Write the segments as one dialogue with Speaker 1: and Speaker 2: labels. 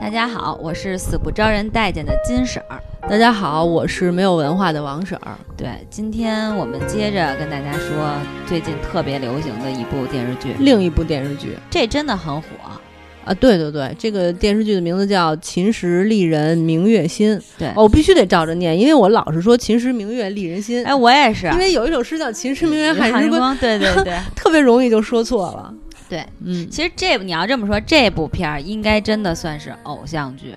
Speaker 1: 大家好，我是死不招人待见的金婶儿。
Speaker 2: 大家好，我是没有文化的王婶儿。
Speaker 1: 对，今天我们接着跟大家说最近特别流行的一部电视剧，
Speaker 2: 另一部电视剧
Speaker 1: 这真的很火。
Speaker 2: 啊，对对对，这个电视剧的名字叫《秦时丽人明月心》。
Speaker 1: 对
Speaker 2: 哦我必须得照着念，因为我老是说“秦时明月丽人心”，
Speaker 1: 哎，我也是
Speaker 2: 因，为有一首诗叫“秦时明月汉时
Speaker 1: 时
Speaker 2: 关
Speaker 1: 光，对对 对”，
Speaker 2: 特别容易就说错了。
Speaker 1: 对。
Speaker 2: 嗯，
Speaker 1: 其实这部你要这么说，这部片儿应该真的算是偶像剧。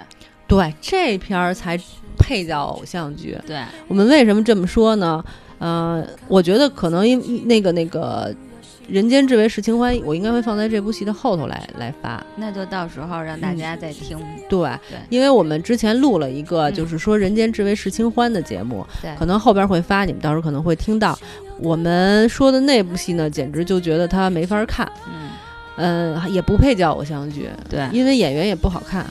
Speaker 2: 对，这片儿才配叫偶像剧。
Speaker 1: 对，
Speaker 2: 我们为什么这么说呢？呃，我觉得可能因那个那个“人间至味是清欢”，我应该会放在这部戏的后头来来发。
Speaker 1: 那就到时候让大家再听。
Speaker 2: 对，
Speaker 1: 对
Speaker 2: 因为我们之前录了一个
Speaker 1: 嗯
Speaker 2: 就是说“人间至味是清欢”的节目，
Speaker 1: 对
Speaker 2: 可能后边会发，你们到时候可能会听到。我们说的那部戏呢，简直就觉得它没法看，
Speaker 1: 嗯，
Speaker 2: 嗯，也不配叫偶像剧，
Speaker 1: 对
Speaker 2: 因为演员也不好看。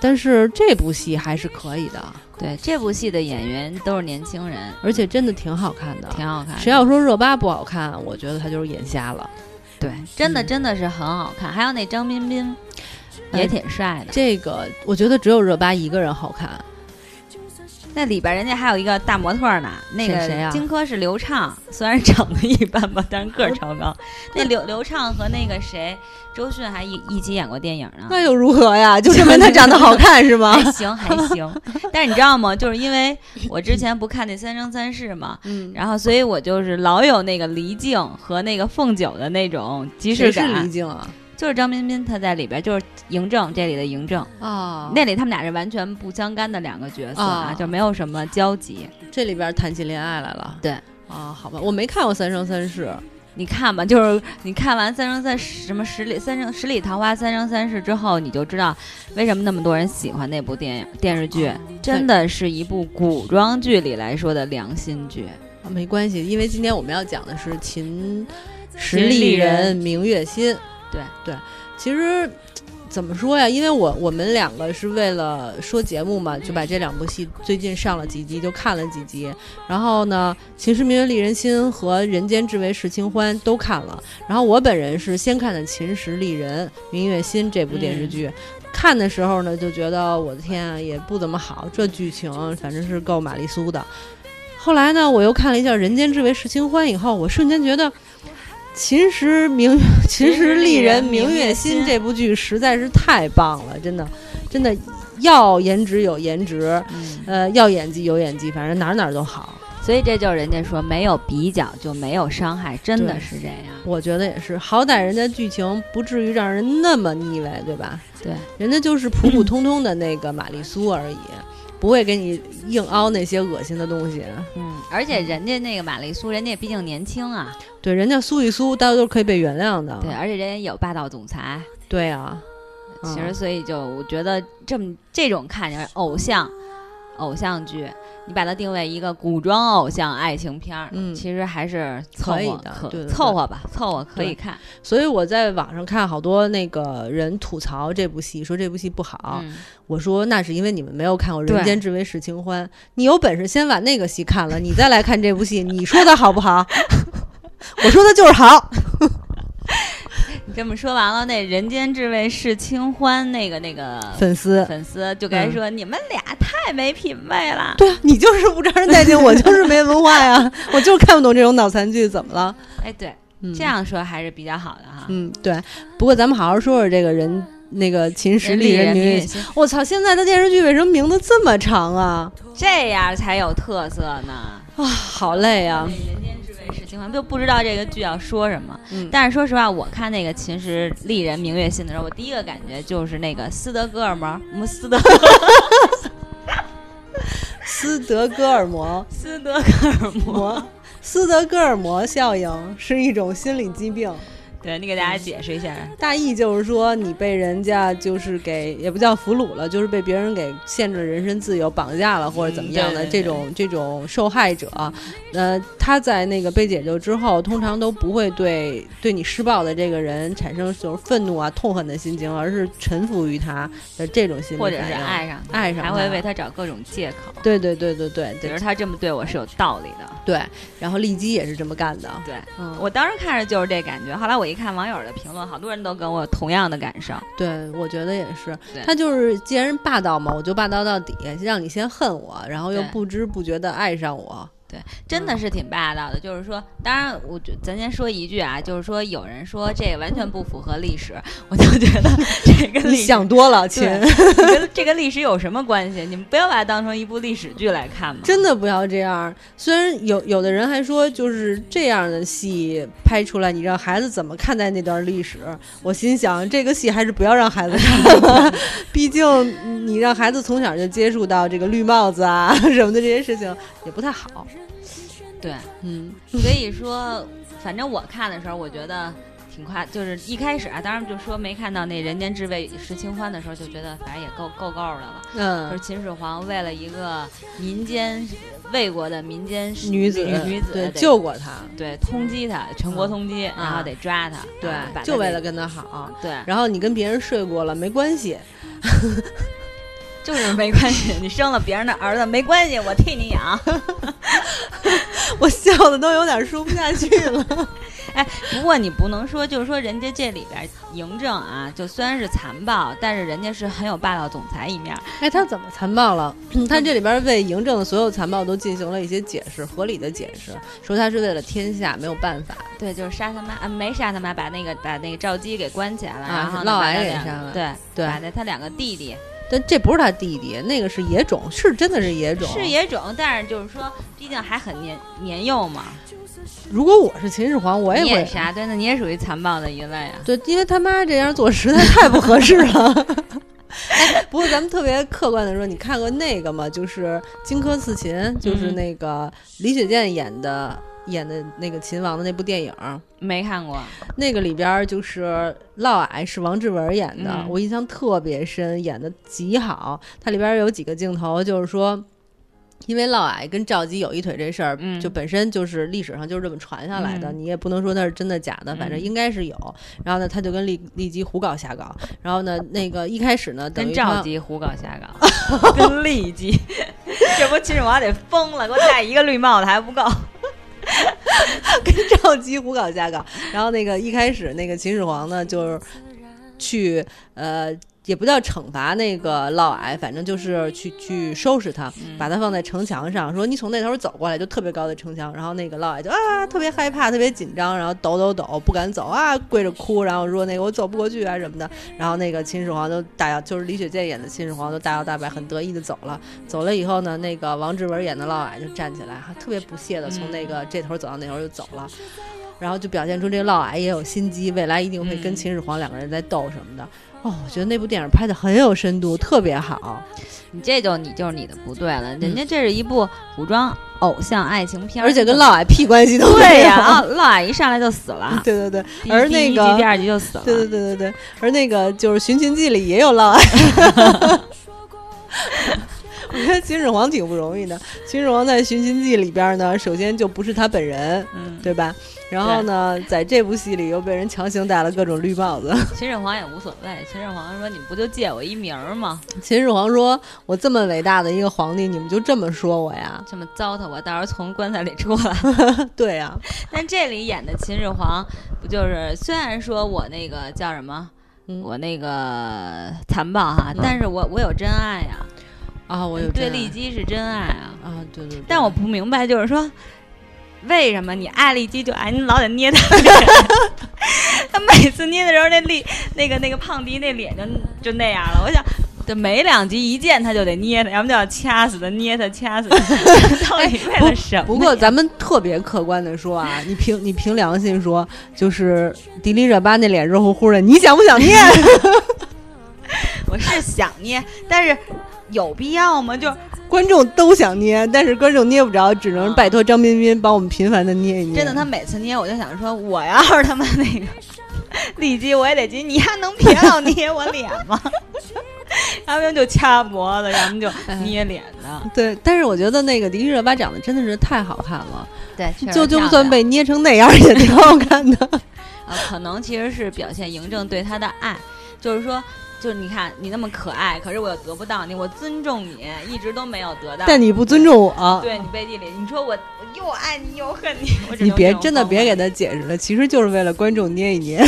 Speaker 2: 但是这部戏还是可以的，
Speaker 1: 对，这部戏的演员都是年轻人，
Speaker 2: 而且真的挺好看的。
Speaker 1: 挺好看的。
Speaker 2: 谁要说热巴不好看，我觉得他就是眼瞎了。
Speaker 1: 对，真的
Speaker 2: 嗯
Speaker 1: 真的是很好看。还有那张彬彬
Speaker 2: 哎
Speaker 1: 也挺帅的，
Speaker 2: 这个我觉得只有热巴一个人好看，
Speaker 1: 啊那里边人家还有一个大模特呢，那
Speaker 2: 谁谁
Speaker 1: 个
Speaker 2: 啊
Speaker 1: 荆轲是刘畅，虽然长得一般吧，但是个儿超 高。那刘刘畅和那个谁周迅还一一起演过电影呢。
Speaker 2: 那又如何呀？就证明他长得好看是吗
Speaker 1: 还？行还 行，但是你知道吗？就是因为我之前不看那《三生三世》嘛，
Speaker 2: 嗯，
Speaker 1: 然后所以我就是老有那个离境和那个凤九的那种即视
Speaker 2: 谁是黎
Speaker 1: 感，
Speaker 2: 静啊？
Speaker 1: 就是张彬彬他在里边就是嬴政这里的嬴政，
Speaker 2: 哦
Speaker 1: 那里他们俩是完全不相干的两个角色啊，
Speaker 2: 啊
Speaker 1: 就没有什么交集。
Speaker 2: 这里边谈起恋爱来了。
Speaker 1: 对
Speaker 2: 啊，好吧，我没看过《三生三世》，
Speaker 1: 你看吧，就是你看完《三生三世》什么十里三生十里桃花三生三世之后，你就知道为什么那么多人喜欢那部电影电视剧，
Speaker 2: 啊
Speaker 1: 真的是一部古装剧里来说的良心剧。
Speaker 2: 啊没关系，因为今天我们要讲的是秦时
Speaker 1: 秦丽
Speaker 2: 丽
Speaker 1: 人
Speaker 2: 人明月心。
Speaker 1: 对
Speaker 2: 对，其实怎么说呀？因为我我们两个是为了说节目嘛，就把这两部戏最近上了几集就看了几集。然后呢，《秦时明月丽人心》和《人间至味是清欢》都看了。然后我本人是先看的《秦时丽人明月心》这部电视
Speaker 1: 嗯
Speaker 2: 剧。看的时候呢，就觉得我的天啊，也不怎么好，这剧情反正是够玛丽苏的。后来呢，我又看了一下《人间至味是清欢》以后，我瞬间觉得《秦时明 月秦时丽人明月心》这部剧实在是太棒了，真的，真的要颜值有颜值，
Speaker 1: 嗯，
Speaker 2: 呃，要演技有演技，反正哪儿哪儿都好。
Speaker 1: 所以这就是人家说没有比较就没有伤害，真的
Speaker 2: 对
Speaker 1: 是这样。
Speaker 2: 我觉得也是，好歹人家剧情不至于让人那么腻歪，对吧？
Speaker 1: 对，
Speaker 2: 人家就是普普通通的那个玛丽苏而已，不会给你硬凹那些恶心的东西。
Speaker 1: 嗯，而且人家那个玛丽苏，人家也毕竟年轻啊，
Speaker 2: 对，人家苏一苏，大家都是可以被原谅的。
Speaker 1: 对，而且人家有霸道总裁。
Speaker 2: 对啊，嗯
Speaker 1: 其实，所以就我觉得这么这种看就是偶像偶像剧，你把它定位一个古装偶像爱情片儿，
Speaker 2: 嗯
Speaker 1: 其实还是凑
Speaker 2: 可以
Speaker 1: 合
Speaker 2: 的
Speaker 1: 可
Speaker 2: 对对对
Speaker 1: 凑合吧，凑合可以
Speaker 2: 对
Speaker 1: 看。
Speaker 2: 所以我在网上看好多那个人吐槽这部戏，说这部戏不好。
Speaker 1: 嗯，
Speaker 2: 我说那是因为你们没有看过《
Speaker 1: 对
Speaker 2: 人间至味是清欢》，你有本事先把那个戏看了，你再来看这 部戏，你说它好不好？我说它就是好。
Speaker 1: 你这么说完了，那《人间至味是清欢》那个那个
Speaker 2: 粉丝，
Speaker 1: 粉丝就该
Speaker 2: 嗯
Speaker 1: 说、你们俩太没品位了。
Speaker 2: 对啊，你就是不招人待见，我就是没文化 呀，我就是看不懂这种脑残剧，怎么了？
Speaker 1: 哎，对，
Speaker 2: 嗯
Speaker 1: 这，样说还是比较好的哈。
Speaker 2: 嗯，对。不过咱们好好说说这个人，那个秦时丽人
Speaker 1: 人
Speaker 2: 明
Speaker 1: 民
Speaker 2: 月
Speaker 1: 也
Speaker 2: 心。
Speaker 1: 行
Speaker 2: 我操，现在的电视剧为什么名字这么长啊？
Speaker 1: 这样才有特色呢。
Speaker 2: 啊，好累啊！
Speaker 1: 人间至味是清欢，就不知道这个剧要说什么。
Speaker 2: 嗯
Speaker 1: 但是说实话，我看那个《秦时丽人明月心》的时候，我第一个感觉就是那个斯德哥尔摩，摩斯德
Speaker 2: 斯德哥尔摩
Speaker 1: 斯德哥尔摩。
Speaker 2: 摩，斯德哥尔摩效应是一种心理疾病，
Speaker 1: 对，你给大家解释一下。
Speaker 2: 大意就是说你被人家就是给也不叫俘虏了，就是被别人给限制人身自由、绑架了或者怎么样的、
Speaker 1: 嗯对对对
Speaker 2: 这种这种受害者，呃，他在那个被解救之后，通常都不会对对你施暴的这个人产生就是愤怒啊、痛恨的心情，而是臣服于他的这种心理
Speaker 1: 或
Speaker 2: 反
Speaker 1: 者
Speaker 2: 应，
Speaker 1: 是爱上他，
Speaker 2: 爱上
Speaker 1: 还
Speaker 2: 他，
Speaker 1: 会为他找各种借口，
Speaker 2: 对对对对对
Speaker 1: 觉
Speaker 2: 对
Speaker 1: 得他这么对我是有道理的。
Speaker 2: 对，然后骊姬也是这么干的，
Speaker 1: 对
Speaker 2: 嗯，
Speaker 1: 我当时看着就是这感觉，后来我一看网友的评论，好多人都跟我有同样的感受。
Speaker 2: 对，我觉得也是
Speaker 1: 对。
Speaker 2: 他就是既然霸道嘛，我就霸道到底，让你先恨我，然后又
Speaker 1: 对
Speaker 2: 不知不觉的爱上 我。
Speaker 1: 真的是挺霸道的，就是说，当然，我觉咱先说一句啊，就是说，有人说这完全不符合历史，我就觉得这跟
Speaker 2: 你
Speaker 1: 历史，
Speaker 2: 想多了，亲，
Speaker 1: 对你跟这跟历史有什么关系？你们不要把它当成一部历史剧来看嘛。
Speaker 2: 真的不要这样。虽然有有的人还说，就是这样的戏拍出来，你让孩子怎么看待那段历史？我心想，这个戏还是不要让孩子看吧， 毕竟你让孩子从小就接触到这个绿帽子啊 什么的这些事情，也不太好。
Speaker 1: 对，
Speaker 2: 嗯，
Speaker 1: 所以说，反正我看的时候，我觉得挺夸，就是一开始啊，当然就说没看到那“人间至味是清欢”的时候，就觉得反正也够够够的了。可
Speaker 2: 嗯
Speaker 1: 是，秦始皇为了一个民间魏国的民间
Speaker 2: 女子
Speaker 1: 女女子
Speaker 2: 对
Speaker 1: 得
Speaker 2: 救过他，
Speaker 1: 对通缉他，全国通缉，然后得抓他，
Speaker 2: 嗯对
Speaker 1: 啊把，他
Speaker 2: 就为
Speaker 1: 给
Speaker 2: 了跟他好。
Speaker 1: 对，
Speaker 2: 然后你跟别人睡过了，没关 系，
Speaker 1: 就是没关系，你生了别人的儿子没关系，我替你养。
Speaker 2: 我笑的都有点 说不下去了。
Speaker 1: 哎不过你不能说，就是说人家这里边嬴政啊，就虽然是残暴，但是人家是很有霸道总裁一面儿。
Speaker 2: 哎，他怎么残暴了？他嗯这里边为嬴政的所有残暴都进行了一些解释，合理的解释，说他是为了天下，没有办法。
Speaker 1: 对，就是杀他妈啊，没杀他妈，把那个把那个赵姬给关起来了，
Speaker 2: 啊
Speaker 1: 然后呢
Speaker 2: 嫪毐
Speaker 1: 把他
Speaker 2: 给
Speaker 1: 两
Speaker 2: 杀了
Speaker 1: 对
Speaker 2: 对
Speaker 1: 把那他两个弟弟
Speaker 2: 但这不是他弟弟，那个是野种，是真的是野种。
Speaker 1: 是。野种，但是就是说，毕竟还很年年幼嘛，
Speaker 2: 如果我是秦始皇，我也
Speaker 1: 你也
Speaker 2: 会。
Speaker 1: 杀，对，那你也属于残暴的一类啊。
Speaker 2: 对，因为他妈这样做实在太不合适了。 哎，不过咱们特别客观的说，你看过那个吗？就是《荆轲刺秦》，就是
Speaker 1: 嗯
Speaker 2: 那个李雪健演的演的那个秦王的那部电影。
Speaker 1: 没看过，
Speaker 2: 那个里边儿就是嫪毐是王志文演的，
Speaker 1: 嗯
Speaker 2: 我印象特别深，演的极好。它里边儿有几个镜头，就是说。因为嫪毐跟赵姬有一腿这事儿，
Speaker 1: 嗯
Speaker 2: 就本身就是历史上就是这么传下来的，
Speaker 1: 嗯
Speaker 2: 你也不能说它是真的假的，反正
Speaker 1: 嗯
Speaker 2: 应该是有。然后呢，他就跟骊骊姬胡搞瞎搞。然后呢，那个一开始呢，等于
Speaker 1: 跟
Speaker 2: 他
Speaker 1: 赵姬胡搞瞎搞，跟丽姬， 这不秦始皇得疯了，给我戴一个绿帽子还不够。
Speaker 2: 赵姬胡搞瞎搞。然后那个一开始那个秦始皇呢，就是去呃，也不叫惩罚那个嫪毐，反正就是去去收拾他，把他放在城墙上，说你从那头走过来，就特别高的城墙。然后那个嫪毐就啊，特别害怕，特别紧张，然后抖抖抖，不敢走啊，跪着哭，然后说那个我走不过去啊什么的。然后那个秦始皇就大摇，就是李雪健演的秦始皇就大摇大摆，很得意的走了。走了以后呢，那个王志文演的嫪毐就站起来，还特别不屑的从那个这头走到那头就走了。然后就表现出这嫪毐也有心机，未来一定会跟
Speaker 1: 嗯
Speaker 2: 秦始皇两个人在斗什么的。哦，我觉得那部电影拍的很有深度，特别好。
Speaker 1: 你这就你就是你的不对了，人家这是一部古装偶像爱情片儿，
Speaker 2: 嗯而且跟嫪毐屁关系都没有。，
Speaker 1: 对呀、啊，嫪毐一上来就死了
Speaker 2: 对 对对
Speaker 1: 第
Speaker 2: 而
Speaker 1: 第
Speaker 2: 那
Speaker 1: 一
Speaker 2: 个
Speaker 1: 集第二集就死了，
Speaker 2: 对对对对对，而那个就是《寻秦记》里也有嫪毐。我觉得秦始皇挺不容易的。秦始皇在《寻秦记》里边呢，首先就不是他本人，
Speaker 1: 嗯，
Speaker 2: 对吧？然后呢，在这部戏里又被人强行戴了各种绿帽子。
Speaker 1: 秦始皇也无所谓，秦始皇说你不就借我一名儿吗？
Speaker 2: 秦始皇说：“我这么伟大的一个皇帝，你们就这么说 我呀
Speaker 1: 这么糟蹋我，到时候从棺材里出来。？”
Speaker 2: 对呀、
Speaker 1: 但这里演的秦始皇不就是，虽然说我那个叫什么，
Speaker 2: 嗯
Speaker 1: 我那个残暴哈，
Speaker 2: 嗯
Speaker 1: 但是我我有真爱呀、
Speaker 2: 啊，我有
Speaker 1: 对
Speaker 2: 真爱
Speaker 1: 丽姬是真爱啊。
Speaker 2: 啊，对对对。
Speaker 1: 但我不明白，就是说，为什么你爱丽姬就爱你老得捏她 她每次捏的时候，那丽那个那个胖迪那脸就就那样了。我想，这没两集一见他就得捏她，要么就要掐死她，捏她掐 死她，到底为了什么呀？
Speaker 2: 哎不过咱们特别客观的说啊，你凭你凭良心说，就是迪丽热巴那脸热乎乎的，你想不 想念？
Speaker 1: 我是想捏，但是有必要吗？就
Speaker 2: 观众都想捏，但是观众捏不着，只能拜托张彬彬帮我们频繁的捏一捏。
Speaker 1: 真的，他每次捏，我就想说，我要是他妈那个丽姬，我也得急，你还能别老捏我脸 吗？要么就掐脖子，要么就捏脸的。
Speaker 2: 对，但是我觉得那个迪丽热巴长得真的是太好看了，
Speaker 1: 对，
Speaker 2: 就就算被捏成那样也 挺好看的。
Speaker 1: 呃，可能其实是表现嬴政对他的爱，就是说就是你看你那么可爱，可是我又得不到你，我尊重你，一直都没有得到。
Speaker 2: 但你不尊重我，
Speaker 1: 对你背地里，你说我我又爱你又恨你，我只
Speaker 2: 你
Speaker 1: 能
Speaker 2: 别
Speaker 1: 这种
Speaker 2: 真的
Speaker 1: 方
Speaker 2: 别
Speaker 1: 法
Speaker 2: 给他解释了，其实就是为了观众捏一捏。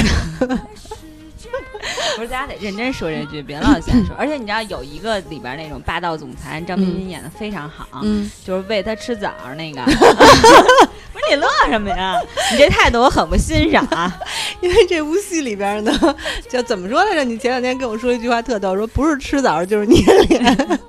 Speaker 1: 不是，大家得认真说这句，别老瞎说。而且你知道有一个里边那种霸道总裁，张彬彬演的非常好，
Speaker 2: 嗯，
Speaker 1: 就是喂他吃枣儿那个。不是你乐什么呀？你这态度我很不欣赏。
Speaker 2: 因为这部戏里边呢，就怎么说来着？你前两天跟我说一句话特逗，说不是吃枣就是捏脸，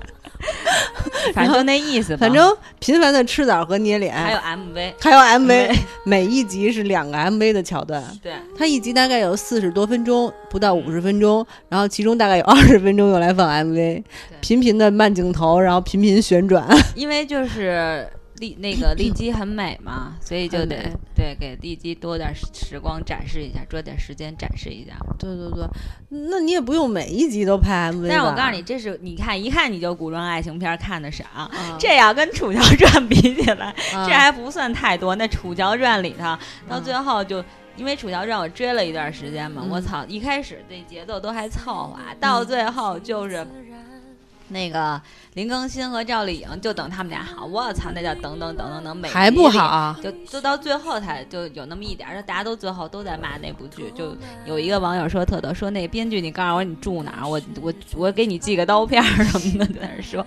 Speaker 1: 反正就那意思吧。
Speaker 2: 反正频繁的吃枣和捏脸，
Speaker 1: 还有 MV，
Speaker 2: 还有 MV，每一集是两个 MV 的桥段。
Speaker 1: 对，
Speaker 2: 它一集大概有四十多分钟，不到五十分钟，然后其中大概有二十分钟用来放 MV，频频的慢镜头，然后频频旋转。
Speaker 1: 因为就是。丽那个丽姬很美嘛，所以就
Speaker 2: 很
Speaker 1: 得
Speaker 2: 美
Speaker 1: 对给丽姬多点时时光展示一下，多点时间展示一下。
Speaker 2: 对对对，那你也不用每一集都拍 MV。
Speaker 1: 但是我告诉你，，这是你看一看你就古装爱情片看的少，
Speaker 2: 啊、
Speaker 1: 这要跟《楚乔传》比起来，
Speaker 2: 啊
Speaker 1: 这还不算太多。那《楚乔传》里
Speaker 2: 嗯
Speaker 1: 头，到最后就、因为《楚乔传》，我追了一段时间嘛，
Speaker 2: 嗯
Speaker 1: 我操，一开始这节奏都还凑合，啊到最后就是。那个林更新和赵丽颖，就等他们俩好，我操，那叫等等等等等，每
Speaker 2: 还
Speaker 1: 集
Speaker 2: 不
Speaker 1: 里
Speaker 2: 好啊？
Speaker 1: 就就到最后才就有那么一点儿，大家都最后都在骂那部剧。
Speaker 2: 哦
Speaker 1: 就有一个网友说特逗，说那编剧你告诉我你住哪儿，我我我给你寄个刀片儿什么的，在那儿说。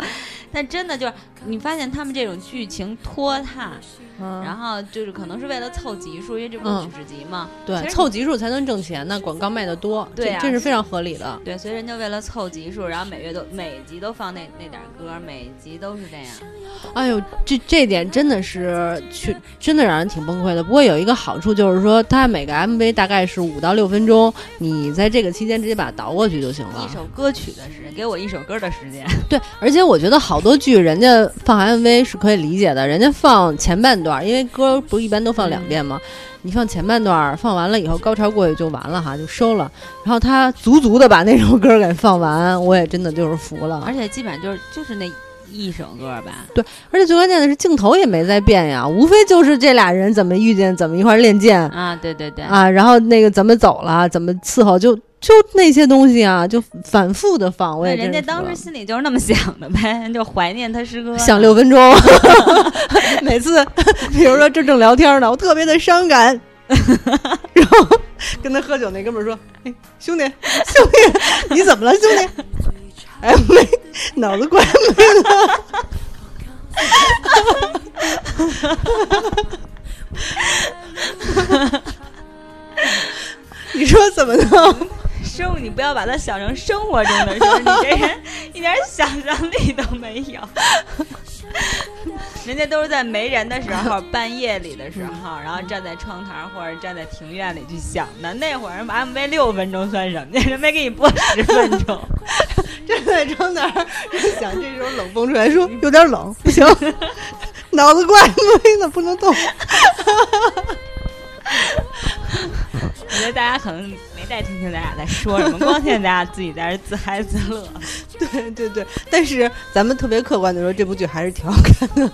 Speaker 1: 但真的就是你发现他们这种剧情拖沓，然
Speaker 2: 嗯，
Speaker 1: 后就是可能是为了凑集数，因为这不
Speaker 2: 嗯
Speaker 1: 是九十集嘛，
Speaker 2: 对，
Speaker 1: 其实
Speaker 2: 凑集数才能挣钱呢，广告卖的多，
Speaker 1: 对啊
Speaker 2: 这这是非常合理的。
Speaker 1: 对，所以人就为了凑集数，然后每月都每集都放那那点儿歌，每集都是这样。
Speaker 2: 哎呦，这这点真的是去，真的让人挺崩溃的。不过有一个好处就是说，它每个 MV 大概是五到六分钟，你在这个期间直接把它倒过去就行了
Speaker 1: 一。首歌曲的时间，给我一首歌的时间。
Speaker 2: 对，而且我觉得好多剧人家放 MV 是可以理解的，人家放前半段儿，因为歌不一般都
Speaker 1: 嗯
Speaker 2: 放两遍吗？你放前半段儿，放完了以后高潮过去就完了哈，就收了。然后他足足的把那首歌给放完，我也真的就是服了 啊
Speaker 1: 而。且基本上就是就是那一首歌吧。
Speaker 2: 而且最关键的是镜头也没在变呀，无非就是这俩人怎么遇见，怎么一块儿练剑
Speaker 1: 啊，对对对，
Speaker 2: 嗯啊，然后那个怎么走了，怎么伺候，就就那些东西啊，就反复的放。我
Speaker 1: 那
Speaker 2: 也
Speaker 1: 人
Speaker 2: 真
Speaker 1: 家
Speaker 2: 是服
Speaker 1: 当
Speaker 2: 了
Speaker 1: 时心里就是那么想的呗， 就怀念他师哥。
Speaker 2: 想六分钟，每次比如说正正聊天呢，我特别的伤感，然后跟他喝酒那哥们儿说：“哎，兄弟，兄弟，你怎么了，兄弟？”哎，没，脑子怪没了。 你说怎么弄？
Speaker 1: 师傅，你不要把他想成生活中的事，你这人一点想象力都没有。 人家都是在没人的时候，半夜里的时候，然后站在窗台儿或者站在庭院里去想的。那会儿 MV 六分钟算什么呀？人没给你播十分钟，
Speaker 2: 站在窗台儿想，这时候冷风出来说
Speaker 1: 嗯
Speaker 2: 有点冷，不行， 脑子怪没了，不能动。
Speaker 1: 我觉得大家可能没带听清咱俩在说什么，光听见咱俩自己在这自嗨自乐。
Speaker 2: 对对对，但是咱们特别客观的说，这部剧还是挺好看的。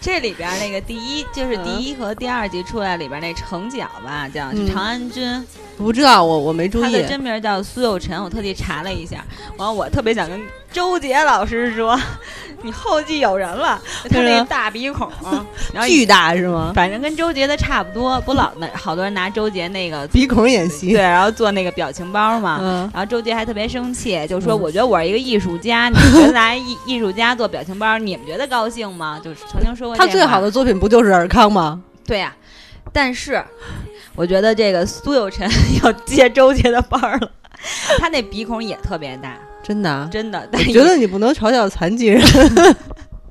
Speaker 1: 这里边儿那个第一就是第一和第二集出来里边儿那程角吧，叫是
Speaker 2: 嗯
Speaker 1: 长安君，
Speaker 2: 不知道我我没注
Speaker 1: 他
Speaker 2: 意
Speaker 1: 的，真名叫苏有臣，我特地查了一下。完，后我特别想跟周杰老师说，你后继有人了，他那大鼻孔， 然后
Speaker 2: 啊巨大是吗？
Speaker 1: 反正跟周杰的差不多，不老那好多人拿周杰那个
Speaker 2: 鼻孔演
Speaker 1: 对，
Speaker 2: 戏，
Speaker 1: 然后做那个表情包嘛。
Speaker 2: 嗯，
Speaker 1: 然后周杰还特别生气，就说：“
Speaker 2: 嗯
Speaker 1: 我觉得我是一个艺术 家，你们觉得拿艺艺术家做表情包，你们觉得高兴吗？”就是曾经说过这
Speaker 2: 他
Speaker 1: 话。
Speaker 2: 最好的作品不就是尔康吗？
Speaker 1: 对呀、但是我觉得这个苏有臣 要接周杰的班儿了，他那鼻孔也特别大，
Speaker 2: 真的啊，
Speaker 1: 真的。
Speaker 2: 我
Speaker 1: 但
Speaker 2: 觉得你不能嘲笑残疾人。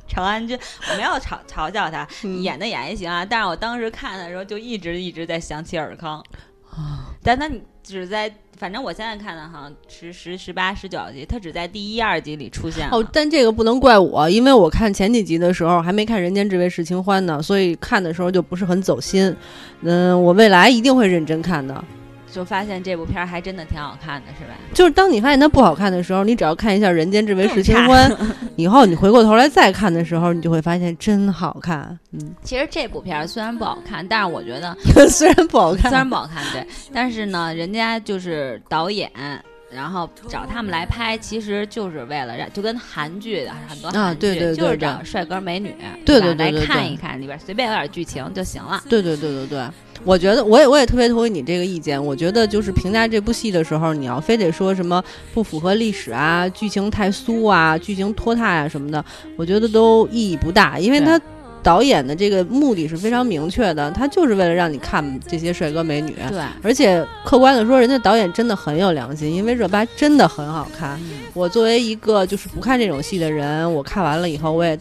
Speaker 1: 长安君，我没有嘲嘲笑他，
Speaker 2: 嗯
Speaker 1: 演的也还行啊。但是我当时看的时候，就一直一直在想起尔康，
Speaker 2: 啊
Speaker 1: 但他只在。反正我现在看的好像十十十八十九集，他只在第一二集里出现了。
Speaker 2: 哦，但这个不能怪我，因为我看前几集的时候还没看《人间至味是清欢》呢，所以看的时候就不是很走心。嗯，我未来一定会认真看的。
Speaker 1: 就发现这部片儿还真的挺好看的，是吧？
Speaker 2: 就是当你发现它不好看的时候，你只要看一下《人间至味是清欢》， 以后你回过头来再看的时候，你就会发现真好 看。嗯，
Speaker 1: 其实这部片儿虽然不好看，但是我觉得
Speaker 2: 虽然不好看，
Speaker 1: 虽然不好看，对，但是呢，人家就是导演然后找他们来拍，其实就是为了让就跟韩剧的很多韩剧、
Speaker 2: 啊对对对
Speaker 1: 就是
Speaker 2: 对
Speaker 1: 找帅哥美女，
Speaker 2: 对
Speaker 1: 吧
Speaker 2: 对对对
Speaker 1: 来
Speaker 2: 对
Speaker 1: 看一看里边随便有点剧情就行了。
Speaker 2: 对对对对对，我觉得我也我也特别同意你这个意见。我觉得就是评价这部戏的时候，你要非得说什么不符合历史啊、剧情太酥啊、剧情拖沓啊什么的，我觉得都意义不大，因为
Speaker 1: 对
Speaker 2: 他导演的这个目的是非常明确的，他就是为了让你看这些帅哥美女。
Speaker 1: 对，
Speaker 2: 而且客观的说，人家导演真的很有良心，因为热巴真的很好看。
Speaker 1: 嗯
Speaker 2: 我作为一个就是不看这种戏的人，我看完了以后，我也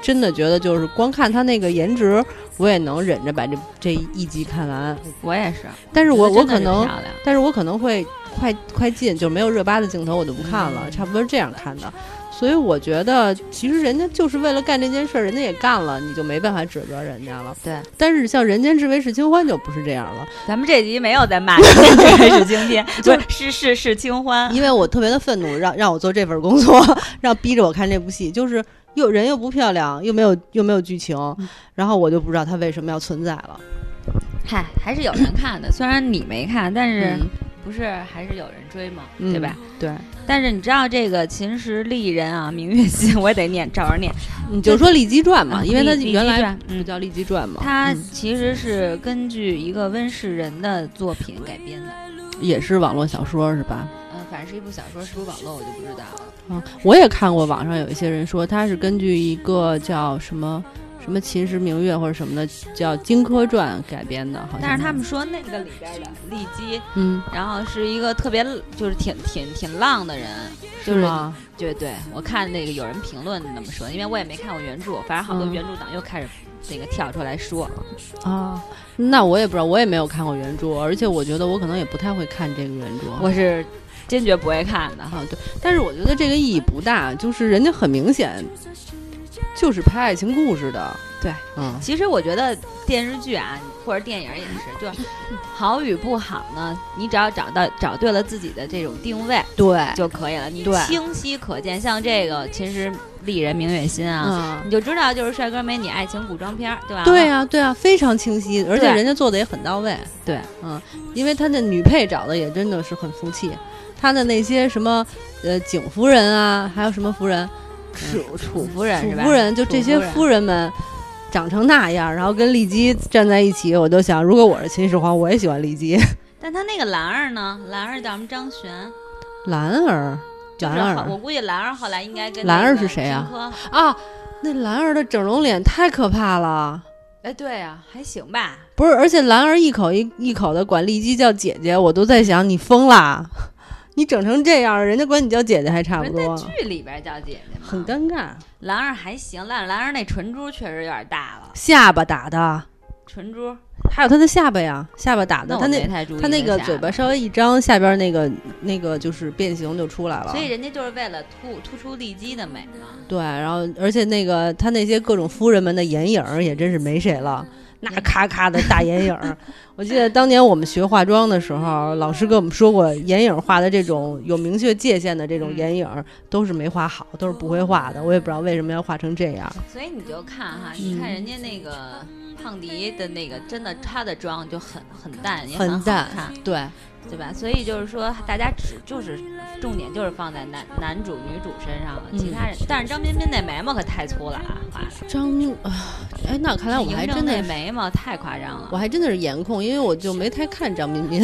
Speaker 2: 真的觉得就是光看她那个颜值，我也能忍着把这这一集看完。
Speaker 1: 我也是，
Speaker 2: 但是我
Speaker 1: 觉得
Speaker 2: 我可
Speaker 1: 真的是
Speaker 2: 能，
Speaker 1: 漂亮，
Speaker 2: 但是我可能会快快进，就没有热巴的镜头我就不看了，
Speaker 1: 嗯
Speaker 2: 差不多是这样看的。所以我觉得，其实人家就是为了干这件事儿，人家也干了，你就没办法指责人家了。
Speaker 1: 对，
Speaker 2: 但是像《人间至味是清欢》就不是这样了，
Speaker 1: 咱们这集没有在骂这是经典，不是是是是清 欢，
Speaker 2: 因为我特别的愤怒，让让我做这份工作， 让逼着我看这部戏，就是又人又不漂亮，又没有又没有剧情，
Speaker 1: 嗯
Speaker 2: 然后我就不知道它为什么要存在了。
Speaker 1: 嗨，还是有人看的，虽然你没看，但是
Speaker 2: 嗯
Speaker 1: 不是还是有人追嘛，
Speaker 2: 嗯
Speaker 1: 对吧？
Speaker 2: 对，
Speaker 1: 但是你知道这个秦时丽人啊，明月心，我也得念，照着念。
Speaker 2: 你就说《李基传》嘛，
Speaker 1: 嗯啊
Speaker 2: 因为它
Speaker 1: 丽丽姬
Speaker 2: 原来
Speaker 1: 传
Speaker 2: 不
Speaker 1: 嗯，
Speaker 2: 叫《李基传》嘛，
Speaker 1: 它
Speaker 2: 嗯
Speaker 1: 其实是根据一个温世仁的作品改编的，
Speaker 2: 也是网络小说是吧？
Speaker 1: 嗯，反正是一部小说，是不是网络我就不知道了。
Speaker 2: 啊，我也看过网上有一些人说，它是根据一个叫什么什么《秦时明月》或者什么的叫《荆轲传》改编的，好像。
Speaker 1: 但是他们说那个里边的丽姬，
Speaker 2: 嗯，
Speaker 1: 然后是一个特别就是挺挺挺浪的人，就是
Speaker 2: 吗？
Speaker 1: 对对，我看那个有人评论那么说，因为我也没看过原著，反正好多
Speaker 2: 嗯
Speaker 1: 原著党又开始那个跳出来说，
Speaker 2: 啊，那我也不知道，我也没有看过原著，而且我觉得我可能也不太会看这个原著。
Speaker 1: 我是坚决不会看的。
Speaker 2: 啊，对，但是我觉得这个意义不大，就是人家很明显就是拍爱情故事的。
Speaker 1: 对，
Speaker 2: 嗯，
Speaker 1: 其实我觉得电视剧啊，或者电影也是，就是好与不好呢，你只要找到找对了自己的这种定位
Speaker 2: 对，
Speaker 1: 就可以了，你
Speaker 2: 对
Speaker 1: 清晰可见。像这个《秦时丽人明月心》啊，
Speaker 2: 嗯。
Speaker 1: 你就知道就是帅哥美女爱情古装片儿，对吧？
Speaker 2: 对呀、对呀、非常清晰，而且
Speaker 1: 对
Speaker 2: 人家做的也很到位。
Speaker 1: 对，
Speaker 2: 嗯，因为他的女配找的也真的是很服气，他的那些什么呃景夫人啊，还有什么夫人，嗯
Speaker 1: 楚楚夫人是吧？
Speaker 2: 夫人，就
Speaker 1: 楚
Speaker 2: 这些
Speaker 1: 夫人
Speaker 2: 夫人们长成那样，然后跟丽姬站在一起，我就想，如果我是秦始皇，我也喜欢丽姬。
Speaker 1: 但他那个兰儿呢？兰儿叫什么？张悬。
Speaker 2: 兰儿，
Speaker 1: 就是
Speaker 2: 兰
Speaker 1: 好
Speaker 2: 儿啊
Speaker 1: 我估计兰儿后来应该跟
Speaker 2: 兰
Speaker 1: 那
Speaker 2: 儿
Speaker 1: 个
Speaker 2: 是谁啊
Speaker 1: 荆轲？
Speaker 2: 啊，那兰儿的整容脸太可怕了。
Speaker 1: 哎，对啊，还行吧。
Speaker 2: 不是，而且兰儿一口一一口的管丽姬叫姐姐，我都在想你疯啦！ 你整成这样，人家管你叫姐姐还差不
Speaker 1: 人在
Speaker 2: 多，
Speaker 1: 剧里边叫姐姐嘛，
Speaker 2: 很尴尬。
Speaker 1: 兰儿还行，但是兰儿那唇珠确实有点大了，
Speaker 2: 下巴打的，
Speaker 1: 唇珠。
Speaker 2: 还有她的下巴呀，下巴打的，
Speaker 1: 我
Speaker 2: 她
Speaker 1: 没
Speaker 2: 那
Speaker 1: 太注意
Speaker 2: 她那
Speaker 1: 一
Speaker 2: 个
Speaker 1: 下
Speaker 2: 嘴巴
Speaker 1: 子
Speaker 2: 稍微一张，下边那个那个就是变形就出来了
Speaker 1: 所。以人家就是为了突突出丽姬的美嘛。
Speaker 2: 对，然后而且那个她那些各种夫人们的眼影儿也真是没谁了。那咔咔的大眼影儿， 我记得当年我们学化妆的时候，老师跟我们说过，眼影画的这种有明确界限的这种眼影儿都是没画好，都是不会画的。我也不知道为什么要画成这样。
Speaker 1: 所以你就看哈，你看人家那个胖迪的那个，真的她的妆就很很淡，也
Speaker 2: 很
Speaker 1: 好
Speaker 2: 淡
Speaker 1: 看，
Speaker 2: 对，
Speaker 1: 对吧？所以就是说，大家只就是重点就是放在男男主女主身上了，其
Speaker 2: 嗯
Speaker 1: 他人。但是张彬彬那眉毛可太粗了啊，画的。
Speaker 2: 张明啊，哎，那看来我还
Speaker 1: 嬴
Speaker 2: 真
Speaker 1: 政
Speaker 2: 的
Speaker 1: 那，眉毛太夸张
Speaker 2: 我
Speaker 1: 了。
Speaker 2: 还真的是颜控，因为我就没太看张彬彬，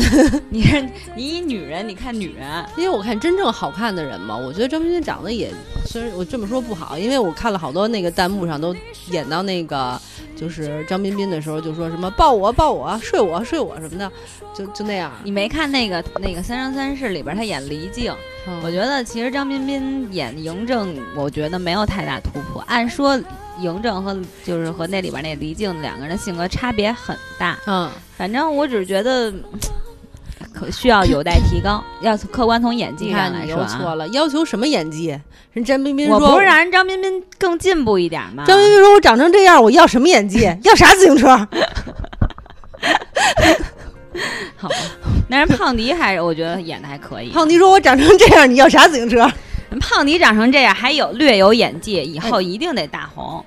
Speaker 1: 你是你一女人，你看女 人，
Speaker 2: 因为我看真正好看的人嘛，我觉得张彬彬长得也，虽然我这么说不好，因为我看了好多那个弹幕上都演到那个就是张彬彬的时候，就说什么抱我抱我睡我睡我什么的，就就那样。
Speaker 1: 你没看那个那个《三生三世》里边她演黎静，
Speaker 2: 嗯
Speaker 1: 我觉得其实张彬彬演嬴政，我觉得没有太大突破。按说嬴政和就是和那里边那黎静两个人的性格差别很大，
Speaker 2: 嗯，
Speaker 1: 反正我只是觉得。嗯可需要有待提高，要从客观从演技
Speaker 2: 你
Speaker 1: 上
Speaker 2: 看
Speaker 1: 来
Speaker 2: 你
Speaker 1: 说
Speaker 2: 又
Speaker 1: 啊
Speaker 2: 错。了，要求什么演技？人张彬彬说，
Speaker 1: 我不是让人张彬彬更进步一点吗？
Speaker 2: 张彬彬说我长成这样，我要什么演技？要啥自行 车？
Speaker 1: 好吧，但是胖迪还是我觉得演的还可以。
Speaker 2: 胖迪说我长成这样，你要啥自行车？
Speaker 1: 胖迪长成这样，还有略有演技，以
Speaker 2: 哎
Speaker 1: 后一定得大红。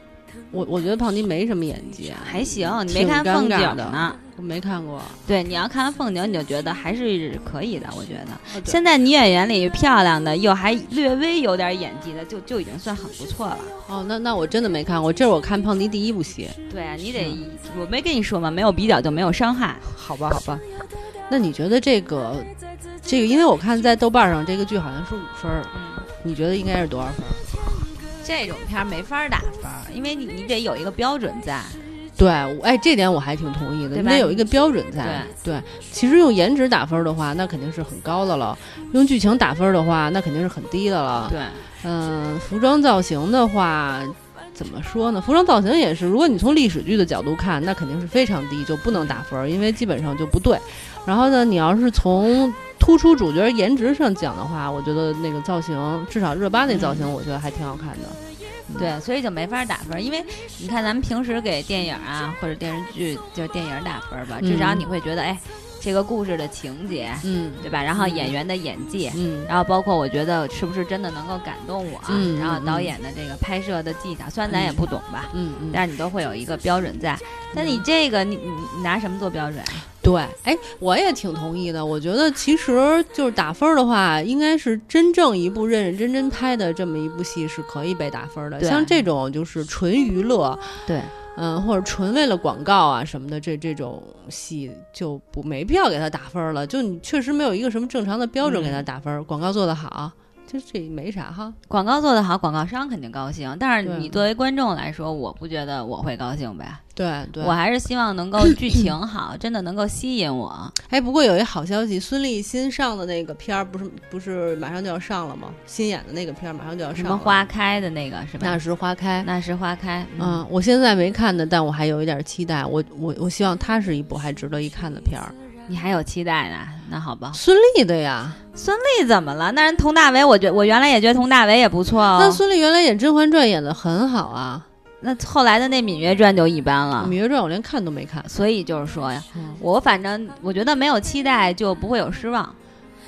Speaker 2: 我我觉得胖迪没什么演技啊，
Speaker 1: 还行，你
Speaker 2: 挺
Speaker 1: 没看
Speaker 2: 尴
Speaker 1: 凤
Speaker 2: 尬
Speaker 1: 姐儿
Speaker 2: 的
Speaker 1: 呢？
Speaker 2: 我没看过。
Speaker 1: 对，你要看完凤姐，你就觉得还是可以的，我觉得。
Speaker 2: 对
Speaker 1: 现在女演员里漂亮的，又还略微有点演技的，就就已经算很不错了。
Speaker 2: 哦，那那我真的没看过，这是我看胖迪第一部戏。
Speaker 1: 对啊，你得，我没跟你说嘛，没有比较就没有伤害。
Speaker 2: 好吧，好吧。那你觉得这个这个，因为我看在豆瓣上这个剧好像是五分儿，
Speaker 1: 嗯，
Speaker 2: 你觉得应该是多少分儿？
Speaker 1: 这种片儿没法儿打分儿，因为你你得有一个标准在。
Speaker 2: 对，我哎，这点我还挺同意的，
Speaker 1: 对
Speaker 2: 你
Speaker 1: 吧
Speaker 2: 得有一个标准在。对其实用颜值打分的话，那肯定是很高的了；用剧情打分的话，那肯定是很低的了。
Speaker 1: 对，
Speaker 2: 嗯、服装造型的话，怎么说呢？服装造型也是，如果你从历史剧的角度看，那肯定是非常低，就不能打分儿，因为基本上就不对。然后呢，你要是从突出主角颜值上讲的话，我觉得那个造型，至少热巴那造型，我觉得还挺好看的。嗯
Speaker 1: 对，所以就没法打分儿，因为你看咱们平时给电影啊或者电视剧，就是电影打分儿吧，至少
Speaker 2: 嗯
Speaker 1: 你会觉得，哎，这个故事的情节，
Speaker 2: 嗯
Speaker 1: 对吧？然后
Speaker 2: 嗯
Speaker 1: 演员的演技，
Speaker 2: 嗯
Speaker 1: 然后包括我觉得是不是真的能够感动我，啊
Speaker 2: 嗯
Speaker 1: 然后
Speaker 2: 嗯
Speaker 1: 导
Speaker 2: 嗯
Speaker 1: 演的这个拍摄的技巧，虽然咱也不懂吧，
Speaker 2: 嗯嗯。
Speaker 1: 但是你都会有一个标准在。但你这个你你你拿什么做标准啊？
Speaker 2: 对，哎，我也挺同意的。我觉得其实就是打分儿的话，应该是真正一部认认真真拍的这么一部戏是可以被打分儿的。
Speaker 1: 对
Speaker 2: 像这种就是纯娱乐，
Speaker 1: 对，
Speaker 2: 嗯，或者纯为了广告啊什么的，这这种戏就不没必要给他打分儿了。就你确实没有一个什么正常的标准给
Speaker 1: 嗯
Speaker 2: 他打分儿，广告做得好，这这没啥哈。
Speaker 1: 广告做得好，广告商肯定高兴，但是
Speaker 2: 对
Speaker 1: 你作为观众来说，我不觉得我会高兴呗。
Speaker 2: 对对，
Speaker 1: 我还是希望能够 剧情好，真的能够吸引我。
Speaker 2: 哎，不过有一好消息，孙俪新上的那个片儿不是不是马上就要上了吗？新演的那个片儿马上就要
Speaker 1: 什
Speaker 2: 上了，
Speaker 1: 么花开的那个是吧
Speaker 2: 那？时花开。
Speaker 1: 那是花开，
Speaker 2: 嗯，我现在没看的，但我还有一点期待。我我我希望它是一部还值得一看的片儿。
Speaker 1: 你还有期待呢？那好吧。
Speaker 2: 孙俪的呀，
Speaker 1: 那怎么了？那人佟大为，我觉我原来也觉得佟大为也不错哦。
Speaker 2: 那孙俪原来演《甄嬛传》演的很好啊，
Speaker 1: 那后来的那《芈月传》就一般
Speaker 2: 《
Speaker 1: 了
Speaker 2: 芈。月传》我连看都没看。
Speaker 1: 所以就是说呀，
Speaker 2: 嗯
Speaker 1: 我反正我觉得没有期待就不会有失望，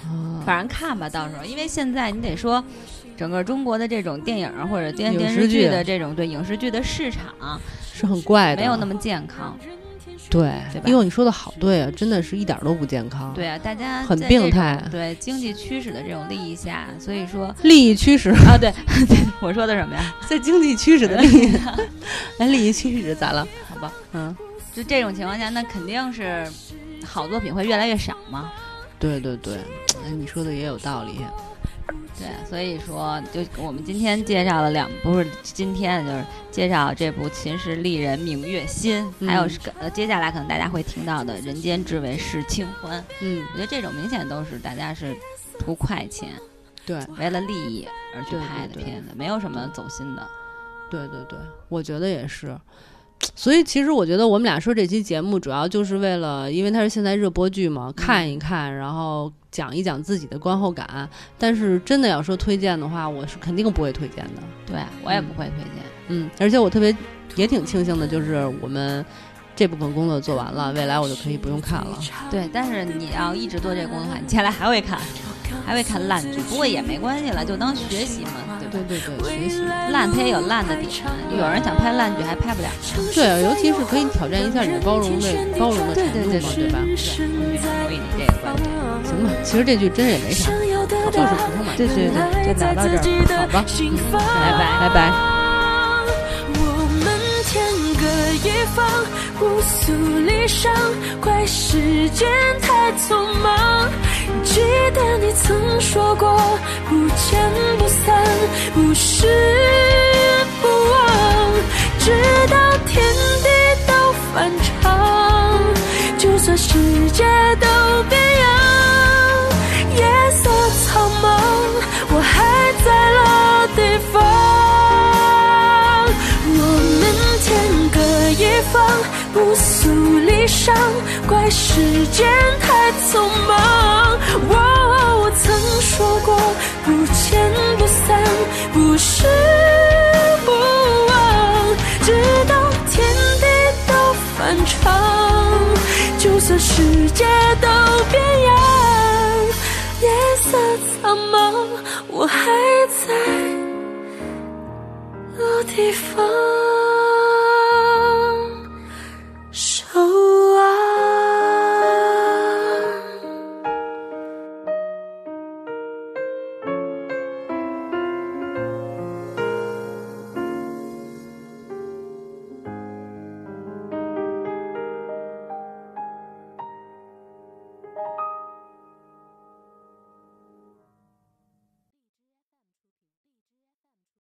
Speaker 2: 啊
Speaker 1: 反正看吧，到时候，因为现在你得说，整个中国的这种电影儿或者电
Speaker 2: 影
Speaker 1: 电
Speaker 2: 视
Speaker 1: 视剧
Speaker 2: 剧
Speaker 1: 的这种对影视剧的市场
Speaker 2: 是很怪的，
Speaker 1: 没有那么健康，
Speaker 2: 对
Speaker 1: 对吧。
Speaker 2: 因为你说的好对啊，真的是一点都不健康，，
Speaker 1: 对啊，大家
Speaker 2: 很
Speaker 1: 在这
Speaker 2: 病
Speaker 1: 种
Speaker 2: 态，
Speaker 1: 对经济驱使的这种利益下，所以说
Speaker 2: 利益驱 使，
Speaker 1: 啊，对，我说的什么呀？
Speaker 2: 在经济驱使 的利益，哎，利益驱使咋了？
Speaker 1: 好吧，
Speaker 2: 嗯，
Speaker 1: 就这种情况下，那肯定是好作品会越来越少嘛。
Speaker 2: 对对对，哎，你说的也有道理。
Speaker 1: 对，所以说，就我们今天介绍了两，不是今天就是介绍这部《秦时丽人明月心》，还有
Speaker 2: 嗯
Speaker 1: 是个呃接下来可能大家会听到的《人间至味是清欢》，
Speaker 2: 嗯，
Speaker 1: 我觉得这种明显都是大家是图快钱，
Speaker 2: 对。
Speaker 1: 为了利益而去
Speaker 2: 对对
Speaker 1: 拍的
Speaker 2: 对
Speaker 1: 片子，没有什么走心的。
Speaker 2: 对对对，我觉得也是。所以其实我觉得我们俩说这期节目，主要就是为了，因为它是现在热播剧
Speaker 1: 嗯
Speaker 2: 嘛，看一看，然后讲一讲自己的观后感。但是真的要说推荐的话，我是肯定不会推荐的。
Speaker 1: 对我也不会推荐。
Speaker 2: 嗯，而且我特别也挺庆幸的，就是我们这部分工作做完了，未来我就可以不用看了。
Speaker 1: 对，但是你要一直做这个工作的话，你将来还会看，还会看烂剧。不过也没关系了，就当学习嘛，对吧？
Speaker 2: 对对对，学习
Speaker 1: 烂它也有烂的点，有人想拍烂剧还拍不了。
Speaker 2: 对，尤其是可以挑战一下你的包容的包容的程度嘛，对吧？
Speaker 1: 同意你这个观点。
Speaker 2: 行吧，其实这剧真是也没啥，就是普通买。
Speaker 1: 对对对，就聊到这儿，
Speaker 2: 好吧，
Speaker 1: 拜拜
Speaker 2: 拜拜。
Speaker 3: 我们天各一方，互诉离殇，怪时间太匆忙。记得你曾说过，不见不散，不是不忘，直到天地都反常，就算世界都变样，夜色苍茫，我还在老地方。我们天各一方，不诉离殇，怪时间太匆忙。哦，我曾说过，不见不散，不是不忘，直到天地都反常，就算世界都变样，夜色苍茫，我还在。老地方。